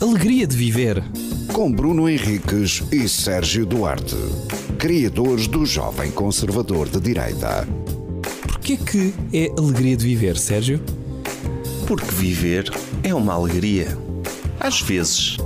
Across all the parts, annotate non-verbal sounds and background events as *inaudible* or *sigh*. alegria de viver. Com Bruno Henriques e Sérgio Duarte, criadores do Jovem Conservador de Direita. Porquê que é alegria de viver, Sérgio? Porque viver é uma alegria. Às vezes.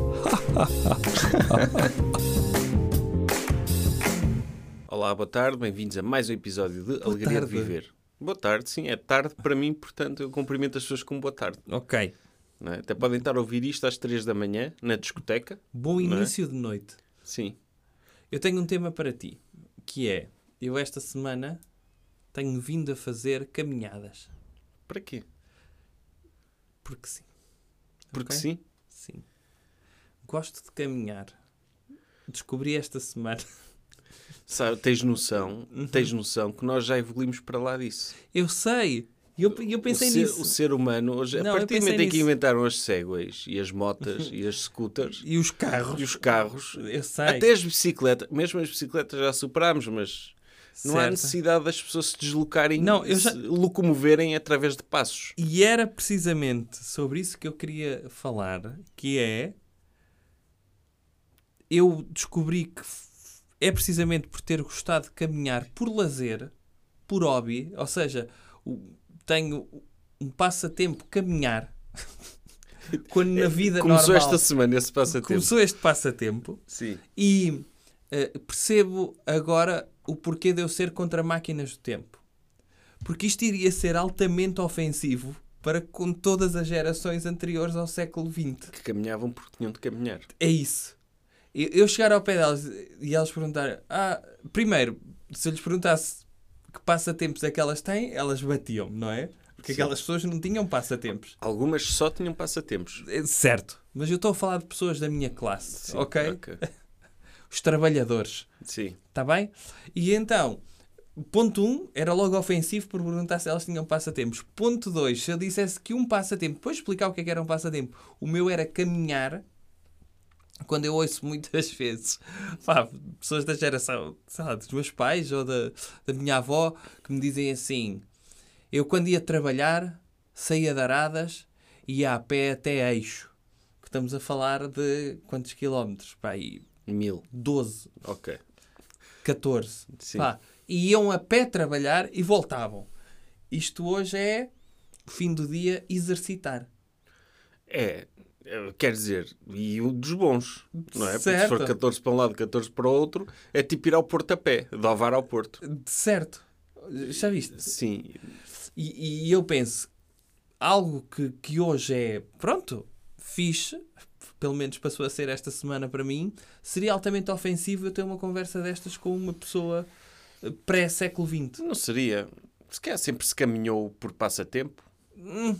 *laughs* Olá, boa tarde, bem-vindos a mais um episódio de Alegria tarde. de Viver. Boa tarde, sim, é tarde para mim, portanto eu cumprimento as pessoas com boa tarde. Ok. não é? Até podem estar a ouvir isto às 3 da manhã, na discoteca. Bom Não é? início de noite. Sim. Eu tenho um tema para ti, que é: eu esta semana tenho vindo a fazer caminhadas. Para quê? Porque sim, Porque Ok. sim. sim. Gosto de caminhar. Descobri esta semana. *laughs* Sabe, tens noção, Uhum. tens noção que nós já evoluímos para lá disso. Eu sei! E Eu, eu pensei o ser, nisso. O ser humano, hoje, Não, a eu partir do momento pensei em que nisso. inventaram as segways e as *laughs* motas e as scooters E os carros. e os carros, Eu sei. até as bicicletas, mesmo as bicicletas já superámos, mas não há Certo. necessidade das pessoas se deslocarem, Não, eu já- se locomoverem através de passos. E era precisamente sobre isso que eu queria falar, que é eu descobri que f- é precisamente por ter gostado de caminhar por lazer, por hobby, ou seja, o- tenho um passatempo caminhar. *laughs* Quando na vida Começou normal esta semana esse passatempo. começou este passatempo Sim. e eh, percebo agora o porquê de eu ser contra máquinas do tempo. Porque isto iria ser altamente ofensivo para com todas as gerações anteriores ao século XX. Que caminhavam porque tinham de caminhar. É isso. Eu, eu chegar ao pé delas e elas perguntarem... Ah, primeiro, se eu lhes perguntasse que passatempos é que elas têm, elas batiam-me, não é? Porque aquelas pessoas não tinham passatempos. Algumas só tinham passatempos. É, Certo. Mas eu estou a falar de pessoas da minha classe, Sim, ok? Os trabalhadores. Sim. Está Tá bem? E então, ponto 1, um, era logo ofensivo por perguntar se elas tinham passatempos. Ponto 2, se eu dissesse que um passatempo, depois explicar o que é que era um passatempo, o meu era caminhar, quando eu ouço muitas *laughs* vezes, pá, pessoas da geração, sei lá, dos meus pais ou da, da minha avó, que me dizem assim, eu quando ia trabalhar, saía de Aradas, ia a pé até Eixo. Que Estamos a falar de quantos quilómetros? Pá, aí Mil. 12. Ok. 14. Sim. Pá, e iam a pé trabalhar e voltavam. Isto hoje é, fim do dia, exercitar. É, eh, quer dizer, e o dos bons, não é? Porque se for Certo. 14 para um lado, 14 para o outro, é tipo ir ao Porto a pé, de Ovar ao Porto. De certo. Já viste? Sim, E, e eu penso, algo que, que hoje é, pronto, fixe, pelo menos passou a ser esta semana para mim, seria altamente ofensivo eu ter uma conversa destas com uma pessoa eh, pré-século XX. não seria. Se calhar sempre se caminhou por passatempo. Hum.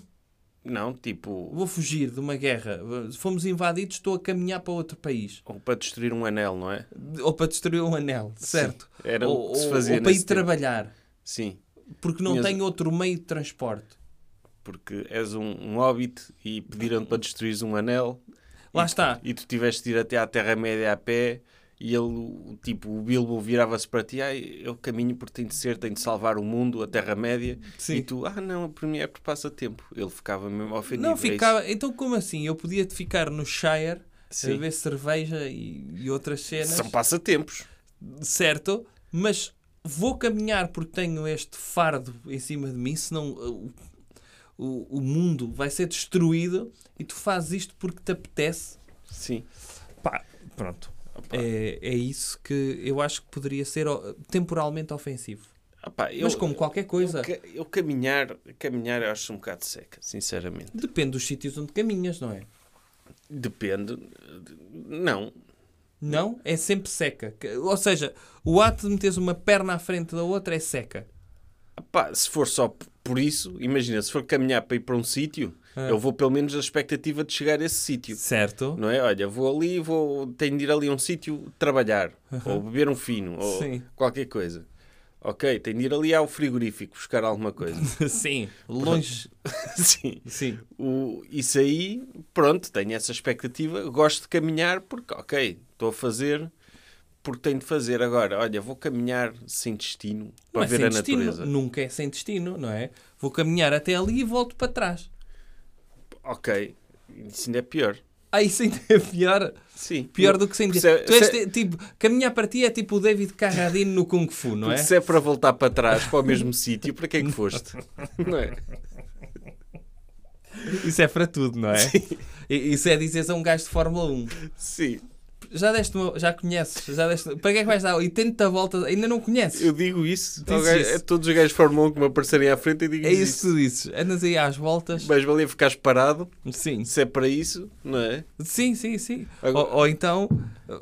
Não, tipo, Vou fugir de uma guerra. Fomos invadidos, estou a caminhar para outro país. ou para destruir um anel, não é? ou para destruir um anel, certo? era ou, o que se ou- fazia ou para ir nesse tempo. trabalhar, Sim, porque não Tinhas- tem outro meio de transporte. porque és um, um hobbit e pediram-te para destruir um anel Lá está. e tu tiveste de ir até à Terra-média a pé e ele, o- tipo, o Bilbo virava-se para ti, ai, eu caminho porque tenho de ser, tenho de salvar o mundo, a Terra-média, Sim. e tu, ah não, para mim é por passatempo. Ele ficava mesmo ofendido. Não é isso. ficava. Então, como assim? Eu podia ficar no Shire a Sim. beber cerveja e, e outras cenas, São passatempos. certo? Mas vou caminhar porque tenho este fardo em cima de mim, senão uh, o, o, o mundo vai ser destruído e tu fazes isto porque te apetece. Sim. Pá, pronto. É, é isso que eu acho que poderia ser ó, temporalmente ofensivo. Ah, pá, eu, Mas como qualquer coisa, eu ca- eu caminhar, caminhar eu acho um bocado seca, sinceramente. depende dos sítios onde caminhas, não Hum. é? Depende. de- Não. Não? É sempre seca. Que- Ou seja, o ato de meteres uma perna à frente da outra é seca. Ah, pá, se for só p- por isso, imagina, se for caminhar para ir para um sítio, Ah. eu vou pelo menos na expectativa de chegar a esse sítio. *laughs* Certo? Não é? Olha, vou ali, vou, tenho de ir ali a um sítio trabalhar, ou beber um fino, ou Sim. qualquer coisa. Ok, tenho de ir ali ao frigorífico buscar alguma coisa. Sim. *laughs* Longe. *laughs* Sim. Sim. O, isso aí, pronto, tenho essa expectativa. Gosto de caminhar porque, ok, estou a fazer porque tenho de fazer. Agora, olha, vou caminhar sem destino para Não é ver sem a destino. natureza. Nunca é sem destino, não é? Vou caminhar até ali e volto para trás. Ok, isso ainda é pior. Ah, isso ainda *laughs* é pior. Sim. Pior do que sem Se- dizer. Tu és, se- é- ti- tipo, caminhar para ti é tipo o David Carradine no Kung Fu, não é? Se é para voltar para trás, para o mesmo *laughs* sítio, para que é que *laughs* foste? Não é? Isso é para tudo, não é? I- Isso é dizeres a um gajo de Fórmula 1. Sim. Já deste uma- já conheces, já deste. Para que é que vais dar? E tenta volta, ainda não conheces. Eu digo isso, Diz ao gajo- isso. a todos os gajos de Fórmula 1 que me aparecerem à frente e digo É isso que isso. tu dizes. Andas aí às voltas. Mas valia ficares parado, Sim. se é para isso, não é? Sim, sim, sim. Agora- Ou, ou então,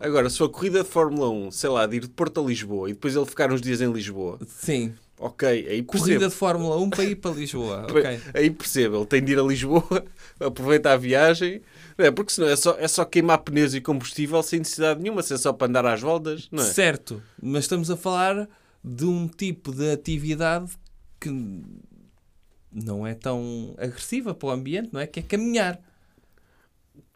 Agora, se for corrida de Fórmula 1, sei lá, de ir de Porto a Lisboa e depois ele ficar uns dias em Lisboa, sim, ok, aí corrida percebo. de Fórmula 1 para ir para Lisboa. ok. Aí percebo, ele tem de ir a Lisboa, *laughs* aproveita a viagem, não é? porque senão é só, é só queimar pneus e combustível sem necessidade nenhuma, se é só para andar às voltas, não é? Certo, mas estamos a falar de um tipo de atividade que não é tão agressiva para o ambiente, não é? Que é caminhar.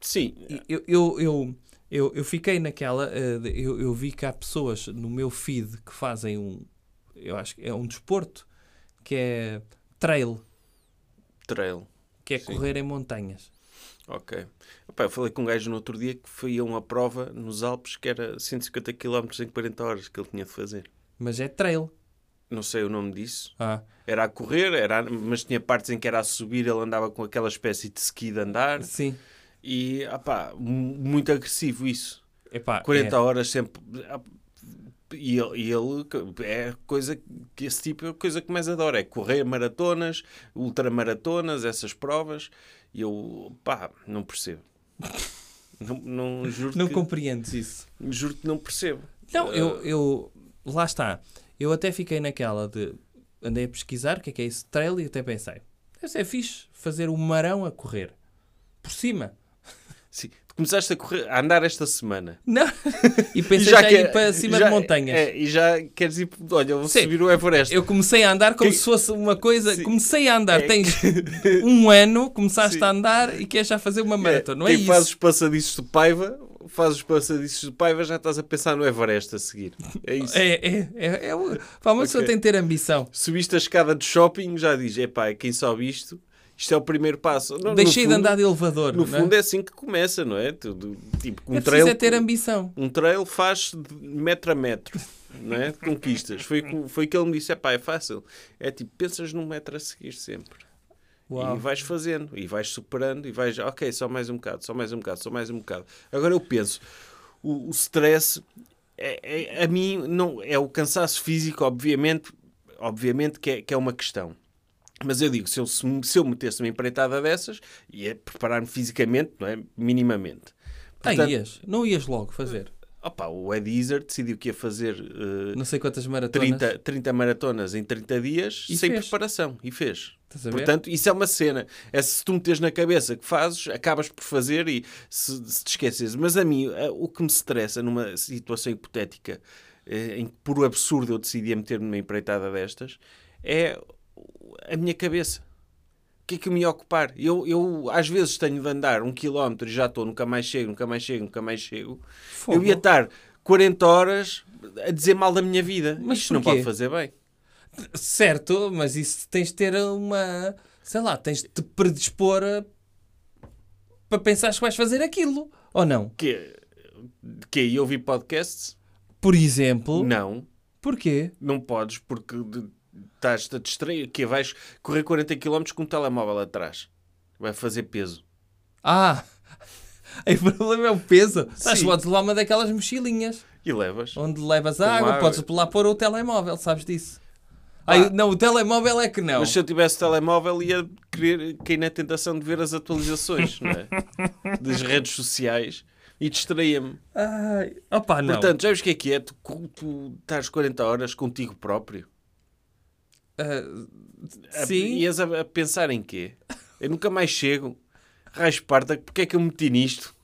Sim, é E Eu, eu, eu, eu, eu fiquei naquela. eh, de- eu, eu vi que há pessoas no meu feed que fazem um. Eu acho que é um desporto que é trail, trail. que é Sim. correr em montanhas. Ok. Epá, eu falei com um gajo no outro dia que foi a uma prova nos Alpes que era 150 km em 40 horas que ele tinha de fazer. Mas é trail. Não sei o nome disso. Ah, Era a correr, era a- mas tinha partes em que era a subir, ele andava com aquela espécie de ski de andar sim. e epá, mu- muito agressivo isso. Epá, 40 é. horas sempre. E ele, e ele- é coisa que esse tipo é a coisa que mais adora: é correr maratonas, ultramaratonas, essas provas. E eu, pá, não percebo. Não, não, juro, Não que, compreendes isso. juro que não percebo. Não, eu, Eh. eu. Lá está. Eu até fiquei naquela de. Andei a pesquisar o que é que é isso de trail e até pensei. Deve ser fixe fazer o marão a correr. Por cima. Sim, tu começaste a, correr, a andar esta semana. Não. *laughs* E pensei é já, ir para cima já- de montanhas. é, e já queres ir. Olha, eu vou Sim. subir o Everest. Eu comecei a andar como Que- se fosse uma coisa. Sim. Comecei a andar. É Tens *laughs* um ano, começaste Sim. a andar e queres já fazer uma maratona. Não é Quem faz isso. os passadiços de paiva, faz os passadiços de paiva, já estás a pensar no Everest a seguir. É isso. É, é, é, é, o- pá, uma pessoa Ok. tem que ter ambição. subiste a escada de shopping, já diz, epá, quem sobe isto, isto é o primeiro passo. Não, no Deixei de fundo- andar de elevador. No não é? fundo é assim que começa, não é? Tudo, tipo, um é preciso trail, é ter ambição. um trail faz de metro a metro, não é? De Conquistas. Foi o foi que ele me disse, epá, é fácil. É tipo, pensas num metro a seguir sempre. Uau. E vais fazendo, e vais superando, e vais, ok, só mais um bocado, só mais um bocado, só mais um bocado. Agora eu penso, o, o stress, é, é- a mim, não, é o cansaço físico, obviamente, obviamente que é, que é uma questão. Mas eu digo, se eu, se, me- se eu metesse uma empreitada dessas, ia preparar-me fisicamente, não é? Minimamente. Ah, Portanto, ias. Não ias logo fazer. opa, o Ed Izzard decidiu que ia fazer eh, Não sei quantas maratonas. 30, 30 maratonas em 30 dias E sem fez. preparação e fez. Estás a ver? Portanto, isso é uma cena. É se tu meteres na cabeça que fazes, acabas por fazer e se, se te esqueces. Mas a mim, a- o que me estressa numa situação hipotética eh, em que por absurdo eu decidia meter-me numa empreitada destas é a minha cabeça. O que é que me ia ocupar? Eu, eu às vezes tenho de andar um quilómetro e já estou, nunca mais chego, nunca mais chego, nunca mais chego. Fogo. Eu ia estar 40 horas a dizer mal da minha vida. Mas Isto não porquê? pode fazer bem. Certo, mas isso tens de ter uma. Sei lá, tens de te predispor a- para pensares que vais fazer aquilo. Ou não? Que, que aí ouvir podcasts? Por exemplo. Não, Porquê? não podes porque de- estás-te a distrair. Que vais correr 40 km com um telemóvel atrás. Vai fazer peso. Ah! *laughs* O problema é o peso. Estás Sim. podes levar uma daquelas mochilinhas E levas. onde levas a água, água. Ah. podes lá pôr o telemóvel, sabes disso? Ai, não, o telemóvel é que não. Mas se eu tivesse telemóvel ia querer cair na tentação de ver as atualizações, não *laughs* é? Das redes sociais e distraía-me. Ai, opa, não. Portanto, sabes o que é que é? Tu, tu estás 40 horas contigo próprio. Ah, A- sim. Ias a, a pensar em quê? Eu nunca mais chego. Raios Esparta, porque é que eu me meti nisto?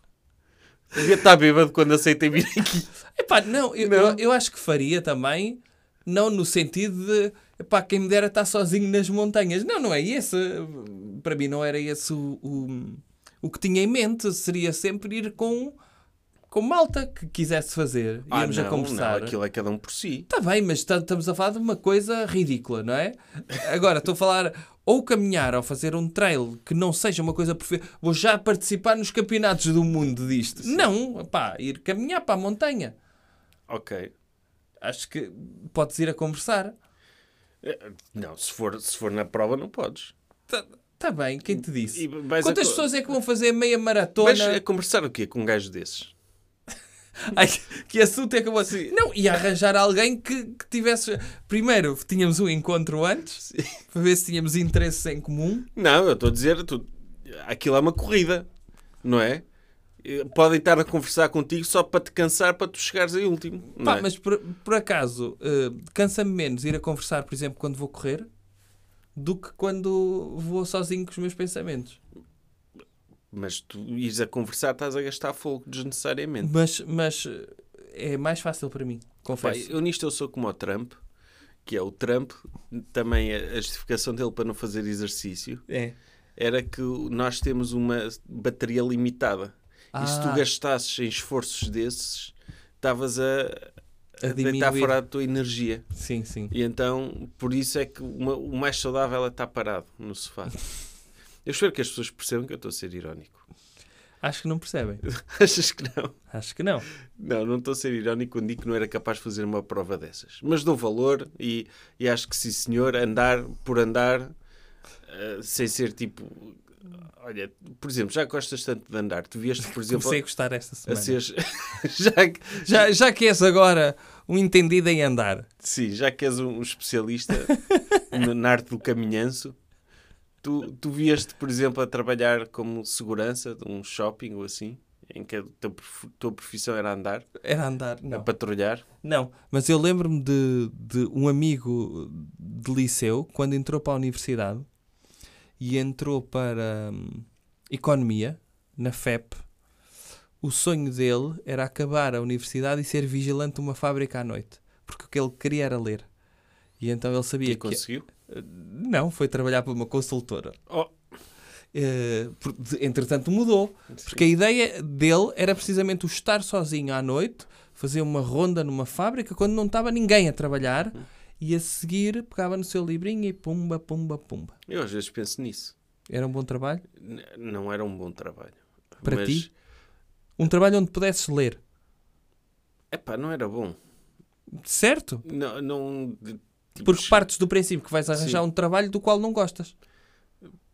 Devia estar bêbado quando aceitei vir aqui. Epá, não, eu, Não? Eu, eu acho que faria também, não no sentido de epá, quem me dera estar sozinho nas montanhas. Não, não é esse. Para mim não era esse o, o, o que tinha em mente. Seria sempre ir com com malta que quisesse fazer. Ah, Íamos não, a conversar. Não, aquilo é cada um por si. Está bem, mas tá- estamos a falar de uma coisa ridícula, não é? Agora, estou a falar ou caminhar ou fazer um trail que não seja uma coisa perfeita. Vou já participar nos campeonatos do mundo disto. Não, pá, ir caminhar para a montanha. Ok. Acho que podes ir a conversar. Não, se for, se for na prova, não podes. Está tá bem, quem te E disse? vais a Quantas co- pessoas é que vão fazer meia maratona? Vais a conversar o quê com um gajo desses? Ai, que assunto é que eu vou assim? Não, e arranjar alguém que, que tivesse. Primeiro, tínhamos um encontro antes para ver se tínhamos interesses em comum. Não, eu estou a dizer, tu... aquilo é uma corrida, não é? Eh, Podem estar a conversar contigo só para te cansar para tu chegares aí último. não Pá, é? mas por, por acaso, eh, cansa-me menos ir a conversar, por exemplo, quando vou correr, do que quando vou sozinho com os meus pensamentos. Mas tu ires a conversar, estás a gastar fogo desnecessariamente. Mas, mas eh, é mais fácil para mim, Pá, confesso. eu nisto eu sou como o Trump, que é o Trump, também a a justificação dele para não fazer exercício É. era que o- nós temos uma bateria limitada. E se tu Ah. gastasses em esforços desses, estavas a, A a deitar diminuir. fora a tua energia. Sim, sim. E então, por isso é que uma- o mais saudável é estar parado no *laughs* sofá. Eu espero que as pessoas percebam que eu estou a ser irónico. *laughs* Acho que não percebem. Achas que não? Acho que não. Não, não estou a ser irónico quando digo que não era capaz de fazer uma prova dessas. Mas dou valor e, e acho que sim, senhor, andar por andar, eh, sem ser tipo. Olha, por exemplo, já gostas tanto de andar, tu vieste, *laughs* por exemplo, Comecei a gostar esta a semana. seres. *laughs* já, que- Já, já que és agora um entendido em andar, Sim, já que és um especialista na- na arte do caminhanço, tu, tu vieste, por exemplo, a trabalhar como segurança de um shopping ou assim, em que a tua, prof- tua profissão era andar, era andar. Não. a patrulhar. Não, mas eu lembro-me de, de um amigo de liceu, quando entrou para a universidade e entrou para hum, economia, na FEP, o sonho dele era acabar a universidade e ser vigilante de uma fábrica à noite, porque o que ele queria era ler. E então ele sabia E que. conseguiu? Não, foi trabalhar para uma consultora. Oh, Eh, por- de- entretanto mudou. Porque a ideia dele era precisamente o estar sozinho à noite, fazer uma ronda numa fábrica quando não estava ninguém a trabalhar e a seguir pegava no seu livrinho e pumba, pumba, pumba. eu às vezes penso nisso. Era um bom trabalho? N- não era um bom trabalho. Para Mas, ti? Um trabalho onde pudesses ler, Epá, não era bom. certo? Não, não, de- tipo, Porque partes do princípio que vais arranjar um trabalho do qual não gostas.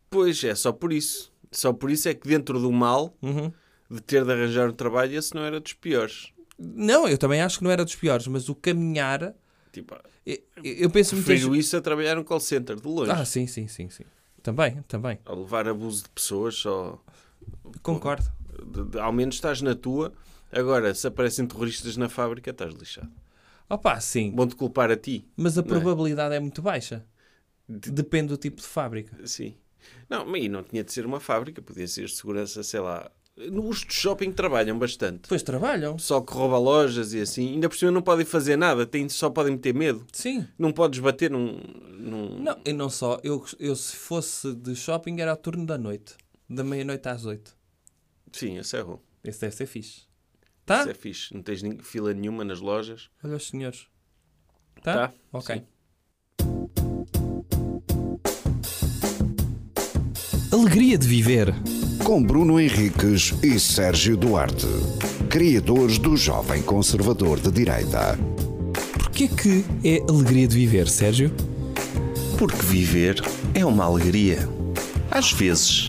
Pois, é só por isso. Só por isso é que dentro do mal Uhum. de ter de arranjar um trabalho, esse não era dos piores. Não, eu também acho que não era dos piores, mas o caminhar. Tipo, ah, Eu, eu penso muitas- prefiro isso a trabalhar num call center de longe. Ah, sim, sim, sim, sim. Também, também. a levar abuso de pessoas, só Concordo. de- de- ao menos estás na tua. Agora, se aparecem terroristas na fábrica, estás lixado. Opa, sim. Vão-te culpar a ti. Mas a Não é? probabilidade é? muito baixa. Depende do tipo de fábrica. Sim. Não, mas e não tinha de ser uma fábrica, podia ser segurança, sei lá. No- Os de shopping trabalham bastante. Depois trabalham. Pessoal que rouba lojas e assim, ainda por cima não podem fazer nada, têm, só podem meter medo. Sim. Não podes bater num. num... Não, e não só. Eu, eu se fosse de shopping era ao turno da noite. Da meia-noite às oito. Sim, isso é bom. Esse deve ser fixe. Tá? Isso é fixe. Não tens nem- fila nenhuma nas lojas. Olha os senhores. Tá? Tá, Ok. sim. Alegria de viver. Com Bruno Henriques e Sérgio Duarte, criadores do Jovem Conservador de Direita. Porquê que é alegria de viver, Sérgio? Porque viver é uma alegria. Às vezes.